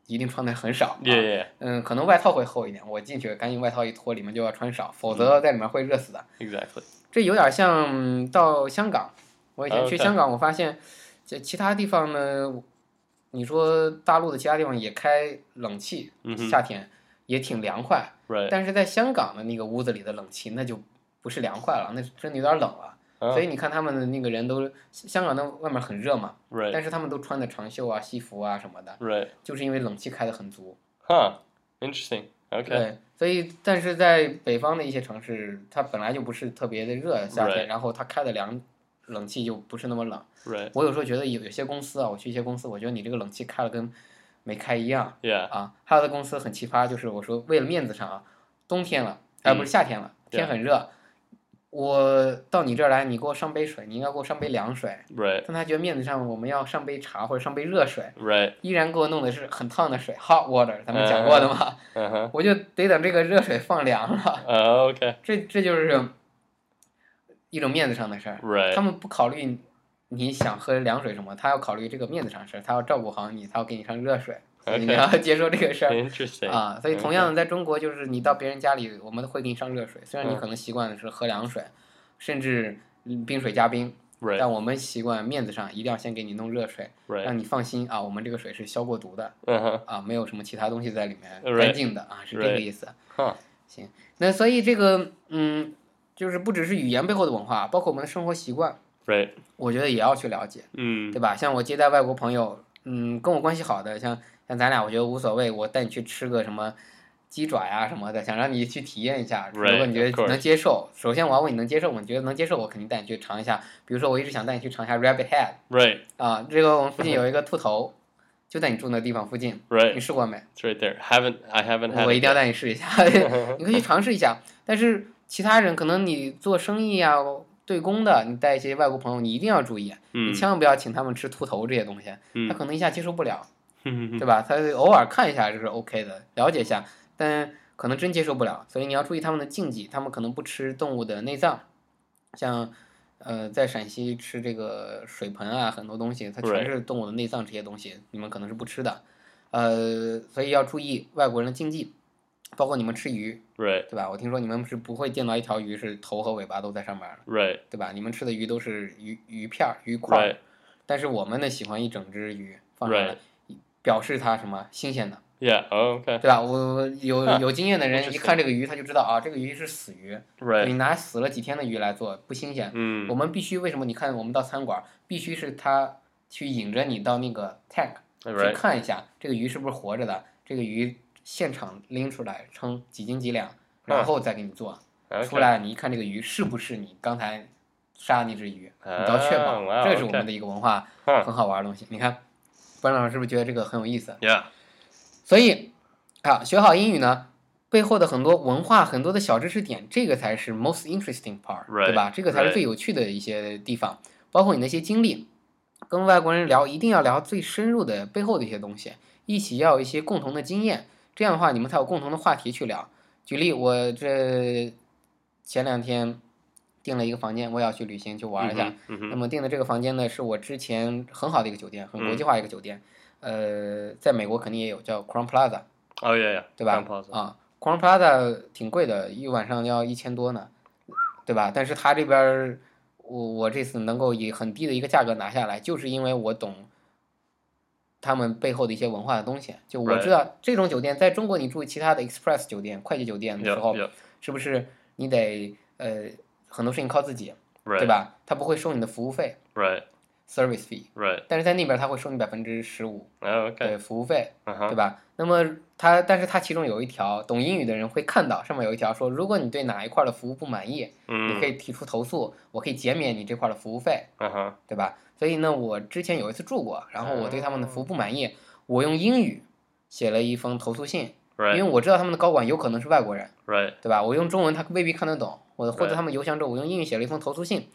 [SPEAKER 1] 一定穿的很少、啊。
[SPEAKER 2] Yeah. Yeah.
[SPEAKER 1] 嗯，可能外套会厚一点，我进去赶紧外套一脱，里面就要穿少，否则
[SPEAKER 2] 嗯
[SPEAKER 1] 在里面会热死的。
[SPEAKER 2] Exactly.
[SPEAKER 1] 这有点像嗯到香港，我以前去
[SPEAKER 2] 哦 OK
[SPEAKER 1] 香港，我发现这其他地方呢，你说大陆的其他地方也开冷气，
[SPEAKER 2] 嗯哼
[SPEAKER 1] 夏天也挺凉快，
[SPEAKER 2] Mm-hmm. Right.
[SPEAKER 1] 但是在香港的那个屋子里的冷气那就不是凉快了，那真的有点冷了。所
[SPEAKER 2] Uh,
[SPEAKER 1] 以你看他们的那个人都，香港的外面很热嘛，但
[SPEAKER 2] right.
[SPEAKER 1] 是他们都穿的长袖啊、西服啊什么的，
[SPEAKER 2] Right.
[SPEAKER 1] 就是因为冷气开的很足。
[SPEAKER 2] Huh. Interesting. Okay.
[SPEAKER 1] 对，所以但是在北方的一些城市，它本来就不是特别的热夏天，
[SPEAKER 2] Right.
[SPEAKER 1] 然后它开的凉，冷气就不是那么冷。
[SPEAKER 2] Right.
[SPEAKER 1] 我有时候觉得有有些公司啊，我去一些公司，我觉得你这个冷气开了跟没开一样
[SPEAKER 2] Yeah.
[SPEAKER 1] 啊。还有的公司很奇葩，就是我说为了面子上啊，冬天了，啊不是夏天了，天很热，我到你这儿来，你给我上杯水，你应该给我上杯凉水。
[SPEAKER 2] Right.
[SPEAKER 1] 但他觉得面子上我们要上杯茶或者上杯热水，
[SPEAKER 2] Right.
[SPEAKER 1] 依然给我弄的是很烫的水，hot water，咱们讲过的嘛，
[SPEAKER 2] Uh huh.
[SPEAKER 1] 我就得等这个热水放凉了。
[SPEAKER 2] Oh, okay.
[SPEAKER 1] 这这就是一种面子上的事儿。
[SPEAKER 2] Right.
[SPEAKER 1] 他们不考虑你想喝凉水什么，他要考虑这个面子上的事儿，他要照顾好你，他要给你上热水，所以你
[SPEAKER 2] OK
[SPEAKER 1] 要接受这个事儿
[SPEAKER 2] Interesting.
[SPEAKER 1] 啊。所以同样的，在中国就是你到别人家里，我们会给你上热水，虽然你
[SPEAKER 2] 嗯
[SPEAKER 1] 可能习惯的是喝凉水，甚至嗯冰水加冰，
[SPEAKER 2] right.
[SPEAKER 1] 但我们习惯面子上一定要先给你弄热水，
[SPEAKER 2] Right.
[SPEAKER 1] 让你放心啊，我们这个水是消过毒 的
[SPEAKER 2] Uh huh.
[SPEAKER 1] 啊，没有什么其他东西在里面，
[SPEAKER 2] Right
[SPEAKER 1] 干净的啊，是这个
[SPEAKER 2] Right
[SPEAKER 1] 意思。
[SPEAKER 2] Huh.
[SPEAKER 1] 那所以这个嗯，就是不只是语言背后的文化，包括我们的生活习惯，
[SPEAKER 2] Right.
[SPEAKER 1] 我觉得也要去了解。
[SPEAKER 2] Mm.
[SPEAKER 1] 对吧？像我接待外国朋友，嗯，跟我关系好的，像像咱俩，我觉得无所谓，我带你去吃个什么鸡爪呀、什么的，想让你去体验一下。如
[SPEAKER 2] Right,
[SPEAKER 1] 果你觉
[SPEAKER 2] of
[SPEAKER 1] 得
[SPEAKER 2] course.
[SPEAKER 1] 能接受，首先我要问你能接受吗？你觉得能接受，我肯定带你去尝一下。比如说，我一直想带你去尝一下 rabbit head
[SPEAKER 2] Right.
[SPEAKER 1] 啊，这个我们附近有一个兔头，就在你住那地方附近，你
[SPEAKER 2] Right.
[SPEAKER 1] 试过没？
[SPEAKER 2] It's right there. Haven't I haven't had
[SPEAKER 1] 我
[SPEAKER 2] it
[SPEAKER 1] 一定要
[SPEAKER 2] yet.
[SPEAKER 1] 带你试一下， 你可以去尝试一下。但是其他人可能你做生意呀、对公的，你带一些外国朋友，你一定要注意，啊你
[SPEAKER 2] Mm.
[SPEAKER 1] 千万不要请他们吃兔头这些东西。啊他
[SPEAKER 2] Mm.
[SPEAKER 1] 可能一下接受不了，
[SPEAKER 2] 嗯
[SPEAKER 1] 对吧？他偶尔看一下这是 OK 的，了解一下，但可能真接受不了，所以你要注意他们的禁忌，他们可能不吃动物的内脏，像呃在陕西吃这个水盆啊，很多东西它全
[SPEAKER 2] Right
[SPEAKER 1] 是动物的内脏，这些东西你们可能是不吃的，呃，所以要注意外国人的禁忌，包括你们吃鱼，
[SPEAKER 2] right.
[SPEAKER 1] 对吧？我听说你们是不会见到一条鱼是头和尾巴都在上面的，
[SPEAKER 2] Right.
[SPEAKER 1] 对吧？你们吃的鱼都是鱼鱼片儿、鱼块儿。
[SPEAKER 2] Right.
[SPEAKER 1] 但是我们呢喜欢一整只鱼放上来
[SPEAKER 2] Right，
[SPEAKER 1] 表示它什么新鲜的，
[SPEAKER 2] Yeah. Oh, okay.
[SPEAKER 1] 对吧？我有
[SPEAKER 2] 啊
[SPEAKER 1] 有经验的人一
[SPEAKER 2] interesting
[SPEAKER 1] 看这个鱼，他就知道啊，这个鱼是死鱼，你
[SPEAKER 2] Right.
[SPEAKER 1] 拿死了几天的鱼来做不新鲜。我
[SPEAKER 2] Mm.
[SPEAKER 1] 们必须为什么？你看我们到餐馆，必须是他去引着你到那个 tank 去
[SPEAKER 2] Right.
[SPEAKER 1] 看一下这个鱼是不是活着的，这个鱼现场拎出来称几斤几两，
[SPEAKER 2] 啊
[SPEAKER 1] 然后再给你做出
[SPEAKER 2] Okay.
[SPEAKER 1] 来。你一看这个鱼是不是你刚才杀的那只鱼，你都要确保
[SPEAKER 2] Oh, wow,
[SPEAKER 1] 这是我
[SPEAKER 2] okay.
[SPEAKER 1] 们的一个文化。
[SPEAKER 2] Huh.
[SPEAKER 1] 很好玩的东西。你看，班长是不是觉得这个很有意思？
[SPEAKER 2] Yeah.
[SPEAKER 1] 所以啊，学好英语呢，背后的很多文化、很多的小知识点，这个才是 most interesting part，、
[SPEAKER 2] Right,
[SPEAKER 1] 对吧？这个才是
[SPEAKER 2] right.
[SPEAKER 1] 最有趣的一些地方，包括你那些经历。跟外国人聊，一定要聊最深入的背后的一些东西，一起要有一些共同的经验，这样的话你们才有共同的话题去聊。举例，我这前两天订了一个房间，我也要去旅行去玩一下，那
[SPEAKER 2] hmm
[SPEAKER 1] 么订的这个房间呢，是我之前很好的一个酒店，很
[SPEAKER 2] 嗯
[SPEAKER 1] 国际化一个酒店，呃，在美国肯定也有叫 Crown Plaza，
[SPEAKER 2] Oh yeah. Yeah.
[SPEAKER 1] 对吧？
[SPEAKER 2] Crown Plaza.
[SPEAKER 1] 啊，Crown Plaza 挺贵的，一晚上要一千多呢，对吧？但是他这边儿，我我这次能够以很低的一个价格拿下来，就是因为我懂他们背后的一些文化的东西。就我
[SPEAKER 2] Right
[SPEAKER 1] 知道这种酒店在中国，你住其他的 Express 酒店、快捷酒店的时
[SPEAKER 2] Yep.
[SPEAKER 1] 候，
[SPEAKER 2] Yep.
[SPEAKER 1] 是不是你得呃很多事情靠自己，对
[SPEAKER 2] Right.
[SPEAKER 1] 吧？他不会收你的服务费
[SPEAKER 2] Right.
[SPEAKER 1] （service fee）。
[SPEAKER 2] Right.
[SPEAKER 1] 但是在那边儿他会收你百分之十五
[SPEAKER 2] Oh, okay.
[SPEAKER 1] 的服务费，
[SPEAKER 2] Uh
[SPEAKER 1] 对
[SPEAKER 2] huh.
[SPEAKER 1] 吧？那么他，但是他其中有一条，懂英语的人会看到上面有一条说，如果你对哪一块儿的服务不满意，你可
[SPEAKER 2] Mm.
[SPEAKER 1] 以提出投诉，我可以减免你这块儿的服务费，
[SPEAKER 2] Uh huh.
[SPEAKER 1] 对吧？所以呢，我之前有一次住过，然后我对他们的服务不满意，我用英语写了一封投诉信，因
[SPEAKER 2] Right.
[SPEAKER 1] 为我知道他们的高管有可能是外国人，
[SPEAKER 2] Right.
[SPEAKER 1] 对吧？我用中文他未必看得懂，我获得
[SPEAKER 2] Right.
[SPEAKER 1] 他们邮箱之后，我用英语写了一封投诉信。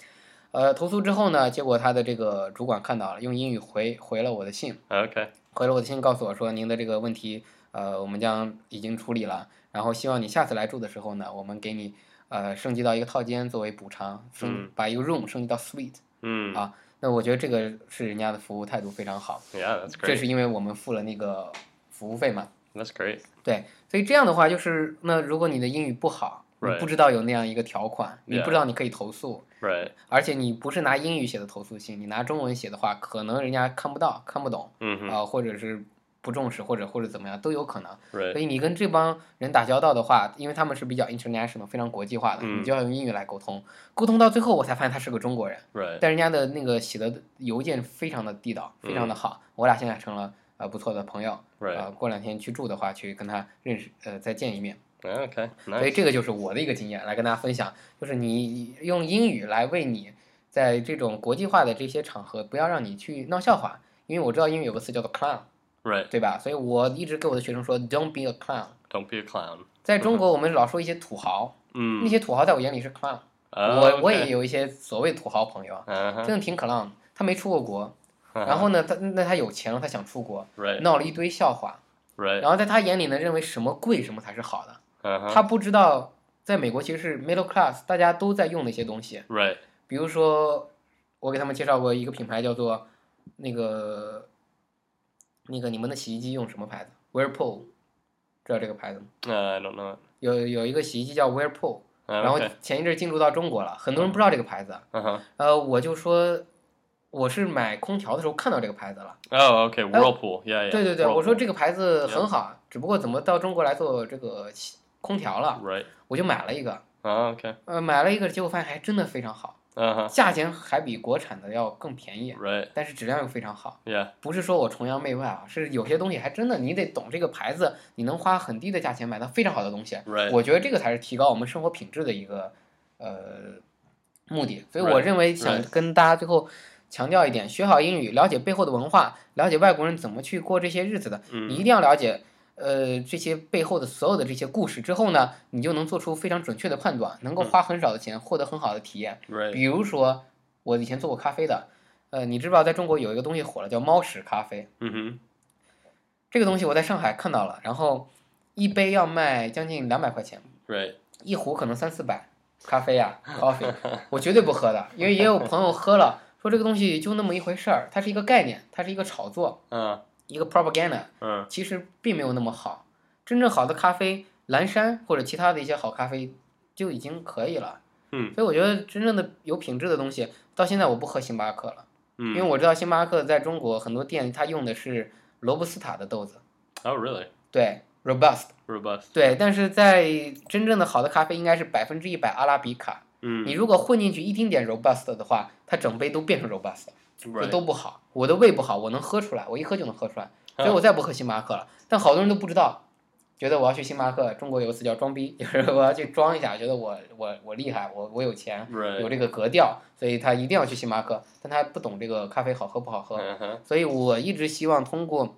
[SPEAKER 1] 呃，投诉之后呢，结果他的这个主管看到了，用英语回回了我的信，
[SPEAKER 2] Okay.
[SPEAKER 1] 回了我的信告诉我说，您的这个问题，呃，我们将已经处理了，然后希望你下次来住的时候呢，我们给你呃升级到一个套间作为补偿，升、
[SPEAKER 2] 嗯
[SPEAKER 1] 把一个 room 升级到 suite。
[SPEAKER 2] Mm.
[SPEAKER 1] Ah. 那我觉得这个是人家的服务态度非常好，
[SPEAKER 2] Yeah. That's
[SPEAKER 1] 这
[SPEAKER 2] great.
[SPEAKER 1] 是因为我们付了那个服务费嘛。
[SPEAKER 2] That's great.
[SPEAKER 1] 对，所以这样的话就是，那如果你的英语不好，你
[SPEAKER 2] Right.
[SPEAKER 1] 不知道有那样一个条款，你
[SPEAKER 2] Yeah.
[SPEAKER 1] 不知道你可以投诉，
[SPEAKER 2] Right.
[SPEAKER 1] 而且你不是拿英语写的投诉信，你拿中文写的话，可能人家看不到、看不懂。
[SPEAKER 2] Mm-hmm.
[SPEAKER 1] 啊、或者是不重视，或者或者怎么样都有可能。所
[SPEAKER 2] Right.
[SPEAKER 1] 以你跟这帮人打交道的话，因为他们是比较 international 非常国际化的，
[SPEAKER 2] 嗯
[SPEAKER 1] 你就要用英语来沟通。沟通到最后，我才发现他是个中国人，
[SPEAKER 2] Right.
[SPEAKER 1] 但人家的那个写的邮件非常的地道，非常的好。我俩现在成了呃不错的朋友，
[SPEAKER 2] Right.
[SPEAKER 1] 呃，过两天去住的话，去跟他认识，呃，再见一面。
[SPEAKER 2] Okay.
[SPEAKER 1] 所以
[SPEAKER 2] Nice.
[SPEAKER 1] 这个就是我的一个经验，来跟大家分享，就是你用英语来为你在这种国际化的这些场合，不要让你去闹笑话，因为我知道英语有个词叫做 clown，
[SPEAKER 2] Right.
[SPEAKER 1] 对吧？所以我一直给我的学生说，don't be a clown。
[SPEAKER 2] Don't be a clown.
[SPEAKER 1] 在中国，我们老说一些土豪，那
[SPEAKER 2] Mm.
[SPEAKER 1] 些土豪在我眼里是 clown。
[SPEAKER 2] Oh,
[SPEAKER 1] 我我也
[SPEAKER 2] okay.
[SPEAKER 1] 有一些所谓土豪朋友啊，真
[SPEAKER 2] Uh-huh.
[SPEAKER 1] 的挺 clown 的。他没出过国，
[SPEAKER 2] 嗯
[SPEAKER 1] 然后呢，他那他有钱了，他想出国，
[SPEAKER 2] Right.
[SPEAKER 1] 闹了一堆笑话。
[SPEAKER 2] Right.
[SPEAKER 1] 然后在他眼里呢，认为什么贵什么才是好的。
[SPEAKER 2] Uh-huh.
[SPEAKER 1] 他不知道，在美国其实是 middle class，大家都在用的一些东西。
[SPEAKER 2] Right.
[SPEAKER 1] 比如说，我给他们介绍过一个品牌，叫做那个那个你们的洗衣机用什么牌子？Whirlpool，知道这个牌子吗？
[SPEAKER 2] Uh, I don't know it.
[SPEAKER 1] 有有一个洗衣机叫 Whirlpool，
[SPEAKER 2] Uh,
[SPEAKER 1] 然后
[SPEAKER 2] okay.
[SPEAKER 1] 前一阵进驻到中国了，很多人不知道这个牌子。
[SPEAKER 2] Uh-huh.
[SPEAKER 1] 呃，我就说我是买空调的时候看到这个牌子了。
[SPEAKER 2] Oh, okay. Whirlpool. Yeah, yeah.
[SPEAKER 1] 对对对，我说
[SPEAKER 2] Whirlpool.
[SPEAKER 1] 这个牌子很好，只不过怎么到中国来做这个洗空调了，
[SPEAKER 2] Right.
[SPEAKER 1] 我就买了一个。
[SPEAKER 2] Oh, okay.
[SPEAKER 1] 呃，买了一个，结果发现还真的非常好，
[SPEAKER 2] Uh-huh.
[SPEAKER 1] 价钱还比国产的要更便宜，
[SPEAKER 2] Right.
[SPEAKER 1] 但是质量又非常好。
[SPEAKER 2] Yeah.
[SPEAKER 1] 不是说我崇洋媚外啊，是有些东西还真的你得懂这个牌子，你能花很低的价钱买到非常好的东西。
[SPEAKER 2] Right.
[SPEAKER 1] 我觉得这个才是提高我们生活品质的一个呃目的。所以我
[SPEAKER 2] Right,
[SPEAKER 1] 认为想
[SPEAKER 2] right.
[SPEAKER 1] 跟大家最后强调一点，学好英语，了解背后的文化，了解外国人怎么去过这些日子的，
[SPEAKER 2] 嗯
[SPEAKER 1] 你一定要了解。呃，这些背后的所有的这些故事之后呢，你就能做出非常准确的判断，
[SPEAKER 2] 嗯
[SPEAKER 1] 能够花很少的钱获得很好的体验。
[SPEAKER 2] Right.
[SPEAKER 1] 比如说，我以前做过咖啡的，呃，你知不知道在中国有一个东西火了，叫猫屎咖啡？
[SPEAKER 2] Mm-hmm.
[SPEAKER 1] 这个东西我在上海看到了，然后一杯要卖将近两百块钱，
[SPEAKER 2] Right.
[SPEAKER 1] 一壶可能三四百。咖啡呀、coffee，我绝对不喝的，因为也有朋友喝了，说这个东西就那么一回事儿，它是一个概念，它是一个炒作，
[SPEAKER 2] Uh.
[SPEAKER 1] 一个 propaganda，
[SPEAKER 2] Uh.
[SPEAKER 1] 其实并没有那么好。真正好的咖啡，蓝山或者其他的一些好咖啡就已经可以了。
[SPEAKER 2] 嗯，
[SPEAKER 1] 所以我觉得真正的有品质的东西，到现在我不喝星巴克了，因
[SPEAKER 2] Mm.
[SPEAKER 1] 为我知道星巴克在中国很多店它用的是罗布斯塔的豆子，
[SPEAKER 2] Oh, really?
[SPEAKER 1] 对，robust，
[SPEAKER 2] Robust.
[SPEAKER 1] 对，但是在真正的好的咖啡应该是百分之一百阿拉比卡，你
[SPEAKER 2] Mm.
[SPEAKER 1] 如果混进去一丁点 robust 的话，它整杯都变成 robust。就
[SPEAKER 2] Right.
[SPEAKER 1] 都不好。我的胃不好，我能喝出来，我一喝就能喝出来，所以我再不喝星巴克了。但好多人都不知道，觉得我要去星巴克，中国有个词叫装逼， 就是我要去装一下，觉得我我我厉害，我我有钱，有
[SPEAKER 2] Right.
[SPEAKER 1] 这个格调，所以他一定要去星巴克，但他不懂这个咖啡好喝不好喝。
[SPEAKER 2] Uh-huh.
[SPEAKER 1] 所以我一直希望通过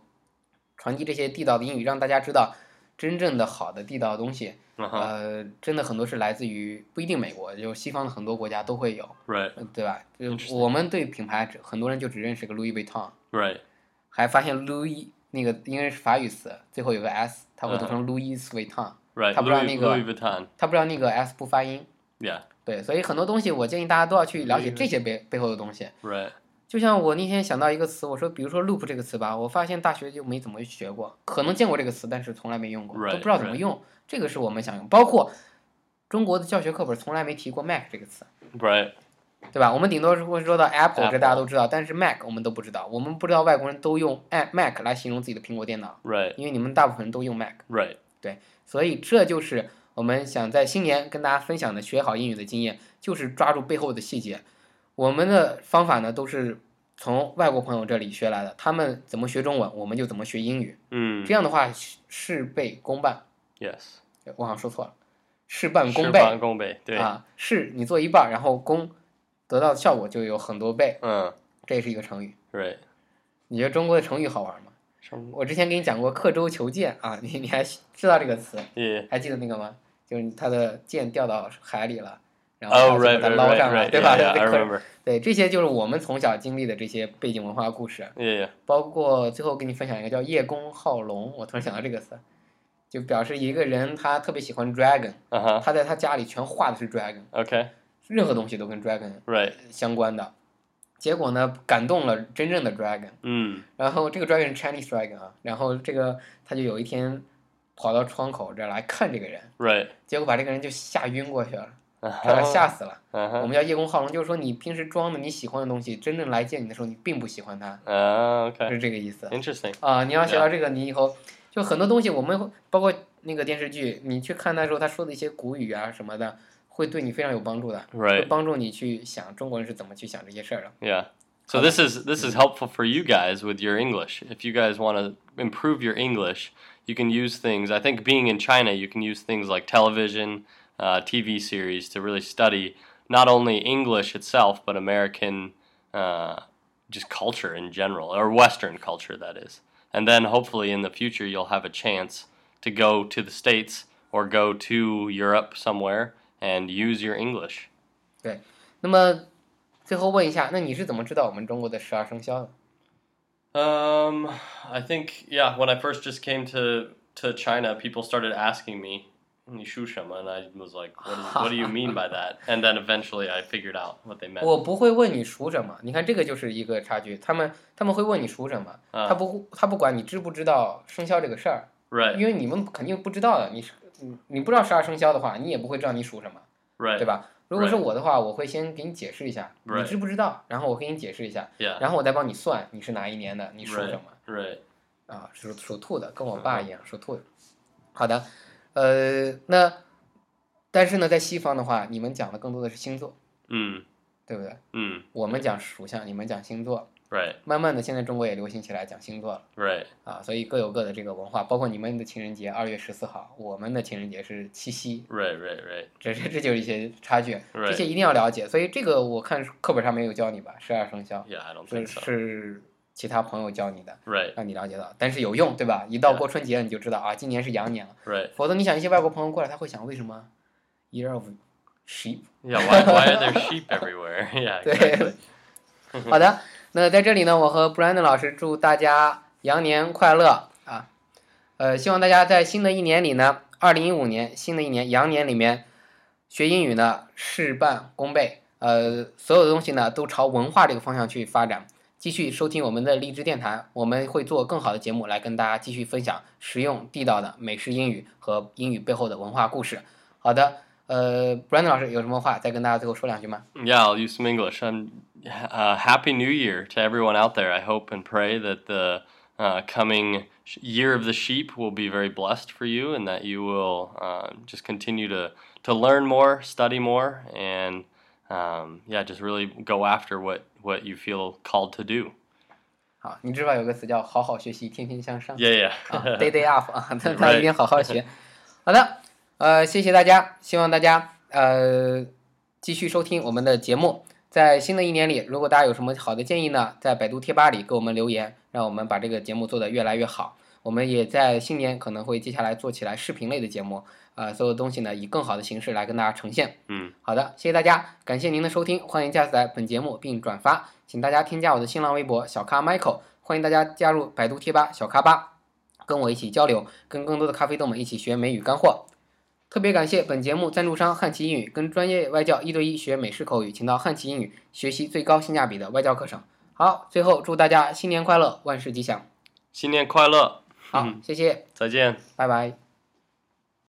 [SPEAKER 1] 传递这些地道的英语，让大家知道。真正的好的地道的东西，
[SPEAKER 2] Uh-huh.
[SPEAKER 1] 呃，真的很多是来自于不一定美国，就是西方的很多国家都会有。
[SPEAKER 2] Right.
[SPEAKER 1] 嗯，对吧？就
[SPEAKER 2] Interesting
[SPEAKER 1] 我们对品牌只，很多人就只认识个 Louis Vuitton，
[SPEAKER 2] Right.
[SPEAKER 1] 还发现 Louis 那个应该是法语词，最后有个 s，它会读
[SPEAKER 2] 嗯
[SPEAKER 1] 成 Louis Vuitton，
[SPEAKER 2] Right.
[SPEAKER 1] Tá
[SPEAKER 2] Louis,
[SPEAKER 1] browning
[SPEAKER 2] Louis Vuitton.
[SPEAKER 1] 他不知道那个 s 不发音。
[SPEAKER 2] Yeah.
[SPEAKER 1] 对，所以很多东西我建议大家都要去了解
[SPEAKER 2] Louis
[SPEAKER 1] 这些背背后的东西。
[SPEAKER 2] Right.
[SPEAKER 1] 就像我那天想到一个词，我说比如说 loop 这个词吧，我发现大学就没怎么学过，可能见过这个词，但是从来没用过，
[SPEAKER 2] Right，
[SPEAKER 1] 都不知道怎么
[SPEAKER 2] right
[SPEAKER 1] 用。这个是我们想用，包括中国的教学课本从来没提过 Mac 这个词。
[SPEAKER 2] Right.
[SPEAKER 1] 对吧？我们顶多是会说到 Apple，,
[SPEAKER 2] Apple
[SPEAKER 1] 这大家都知道，但是 Mac 我们都不知道。我们不知道外国人都用 a- Mac 来形容自己的苹果电脑，
[SPEAKER 2] Right.
[SPEAKER 1] 因为你们大部分人都用 Mac，
[SPEAKER 2] Right.
[SPEAKER 1] 所以这就是我们想在新年跟大家分享的学好英语的经验，就是抓住背后的细节。我们的方法呢都是从外国朋友这里学来的，他们怎么学中文，我们就怎么学英语。
[SPEAKER 2] Mm.
[SPEAKER 1] 这样的话事事倍功半，
[SPEAKER 2] Yes.
[SPEAKER 1] 我好像说错了，事半功倍
[SPEAKER 2] 事半功倍，对。
[SPEAKER 1] 啊，事你做一半儿，然后功得到的效果就有很多倍。
[SPEAKER 2] 嗯，
[SPEAKER 1] 这也是一个成语。
[SPEAKER 2] Uh. Right.
[SPEAKER 1] 你觉得中国的成语好玩吗？我之前给你讲过刻舟求剑啊，你你还知道这个词？
[SPEAKER 2] Yeah.
[SPEAKER 1] 还记得那个吗？就是他的剑掉到海里了，然后
[SPEAKER 2] Oh,
[SPEAKER 1] 他
[SPEAKER 2] right,
[SPEAKER 1] 就把它
[SPEAKER 2] right,
[SPEAKER 1] 捞
[SPEAKER 2] right,
[SPEAKER 1] 上
[SPEAKER 2] right.
[SPEAKER 1] 来，对
[SPEAKER 2] Yeah,
[SPEAKER 1] 吧？
[SPEAKER 2] yeah,
[SPEAKER 1] 对
[SPEAKER 2] I remember.
[SPEAKER 1] 对，这些就是我们从小经历的这些背景文化故事，
[SPEAKER 2] Yeah, yeah.
[SPEAKER 1] 包括最后给你分享一个叫叶公好龙，我突然想到这个词，就表示一个人他特别喜欢 dragon，
[SPEAKER 2] Uh huh.
[SPEAKER 1] 他在他家里全画的是 dragon，
[SPEAKER 2] Okay.
[SPEAKER 1] 任何东西都跟 dragon
[SPEAKER 2] Right.
[SPEAKER 1] 相关的，结果呢感动了真正的 dragon。
[SPEAKER 2] Mm.
[SPEAKER 1] 然后这个 dragon 是 Chinese dragon 啊，然后这个他就有一天跑到窗口这儿来看这个人，
[SPEAKER 2] Right.
[SPEAKER 1] 结果把这个人就吓晕过去了，
[SPEAKER 2] Uh
[SPEAKER 1] 差点
[SPEAKER 2] huh.
[SPEAKER 1] 吓死了。
[SPEAKER 2] Uh
[SPEAKER 1] 我
[SPEAKER 2] huh.
[SPEAKER 1] 们叫叶公好龙，就是说你平时装的你喜欢的东西，真正来见你的时候，你并不喜欢它，
[SPEAKER 2] Uh, okay.
[SPEAKER 1] 是这个意思
[SPEAKER 2] Interesting.
[SPEAKER 1] 啊。你要学
[SPEAKER 2] Yeah
[SPEAKER 1] 到这个，你以后就很多东西，我们会包括那个电视剧，你去看的时候，他说的一些古语啊什么的，会对你非常有帮助的，会
[SPEAKER 2] Right.
[SPEAKER 1] 帮助你去想中国人是怎么去想这些事儿的。
[SPEAKER 2] Yeah. So this is this is helpful for you guys with your English. If you guys want to improve your English, you can use things. I think being in China, you can use things like television, uh, TV series to really study not only English itself, but American uh, just culture in general, or Western culture, that is. And then hopefully in the future, you'll have a chance to go to the States or go to Europe somewhere and use your English.
[SPEAKER 1] 那么最后问一下，那你是怎么知道我们中国的十二生肖的？
[SPEAKER 2] Um, I think, yeah, when I first just came to, to China, people started asking me, "你属什么?" and I was like, what, is, what do you mean by that? And then eventually I figured out what they meant.
[SPEAKER 1] 我不会问你属什么，你看这个就是一个差距。他们他们会问你属什么，
[SPEAKER 2] 啊
[SPEAKER 1] 他不他不管你知不知道生肖这个事儿，
[SPEAKER 2] right,
[SPEAKER 1] 因为你们肯定不知道的。你是你你不知道十二生肖的话，你也不会知道你属什么，对
[SPEAKER 2] right,
[SPEAKER 1] 吧？如果是
[SPEAKER 2] Right.
[SPEAKER 1] 我的话，我会先给你解释一下，你
[SPEAKER 2] Right.
[SPEAKER 1] 知不知道？然后我给你解释一下，
[SPEAKER 2] yeah,
[SPEAKER 1] 然后我再帮你算你是哪一年的，你属什么。
[SPEAKER 2] right.
[SPEAKER 1] 啊，属属兔的，跟我爸一样属兔的。好的，呃，那但是呢，在西方的话，你们讲的更多的是星座，
[SPEAKER 2] Mm,
[SPEAKER 1] 对不对？
[SPEAKER 2] mm,
[SPEAKER 1] 我们讲属相，你们讲星座。
[SPEAKER 2] right,
[SPEAKER 1] 慢慢的，现在中国也流行起来讲星座了
[SPEAKER 2] right,
[SPEAKER 1] 啊，所以各有各的这个文化，包括你们的情人节二月十四号，我们的情人节是七夕，
[SPEAKER 2] right, right, right.
[SPEAKER 1] 这这这就是一些差距，这
[SPEAKER 2] Right.
[SPEAKER 1] 些一定要了解。所以这个我看课本上没有教你吧，十二生肖
[SPEAKER 2] Yeah, I don't
[SPEAKER 1] 是
[SPEAKER 2] think so.
[SPEAKER 1] 是其他朋友教你的，
[SPEAKER 2] Right,
[SPEAKER 1] 让你了解到，但是有用，对吧？一到
[SPEAKER 2] Yeah.
[SPEAKER 1] 过春节你就知道啊，今年是羊年了。
[SPEAKER 2] right.
[SPEAKER 1] 否则你想一些外国朋友过来，他会想为什么 year of sheep？
[SPEAKER 2] Yeah, why, why are there sheep everywhere? Yeah,
[SPEAKER 1] 对
[SPEAKER 2] exactly.，
[SPEAKER 1] 好的，那在这里呢，我和 Brandon 老师祝大家羊年快乐啊！呃，希望大家在新的一年里呢，二零一五年新的一年羊年里面学英语呢事半功倍，呃，所有的东西呢都朝文化这个方向去发展。继续收听我们的荔枝电台，我们会做更好的节目来跟大家继续分享实用地道的美式英语和英语背后的文化故事。好的，呃，Brandon 老师有什么话再跟大家最后说两句吗？
[SPEAKER 2] Yeah, I'll use some English. Um, uh, Happy New Year to everyone out there. I hope and pray that the uh, coming sh- year of the sheep will be very blessed for you and that you will uh, just continue to, to learn more, study more, and um, yeah, just really go after what, what you feel called to do.
[SPEAKER 1] 好，你知道有个词叫“好好学习，天天向上
[SPEAKER 2] Yeah, ”
[SPEAKER 1] 啊
[SPEAKER 2] yeah.
[SPEAKER 1] ，day day up 啊，他他一定好好学。 好的，呃，谢谢大家，希望大家呃继续收听我们的节目。在新的一年里，如果大家有什么好的建议呢，在百度贴吧里给我们留言，让我们把这个节目做得越来越好。我们也在新年可能会接下来做起来视频类的节目，呃，所有东西呢以更好的形式来跟大家呈现。
[SPEAKER 2] 嗯，
[SPEAKER 1] 好的，谢谢大家，感谢您的收听，欢迎下载本节目并转发，请大家添加我的新浪微博小咖 Michael，欢迎大家加入百度贴吧小咖吧，跟我一起交流，跟更多的咖啡豆们一起学美语干货。特别感谢本节目赞助商汉奇英语，跟专业外教一对一学美式口语，请到汉奇英语学习最高性价比的外教课程。好，最后祝大家新年快乐，万事吉祥。好，谢谢，拜拜。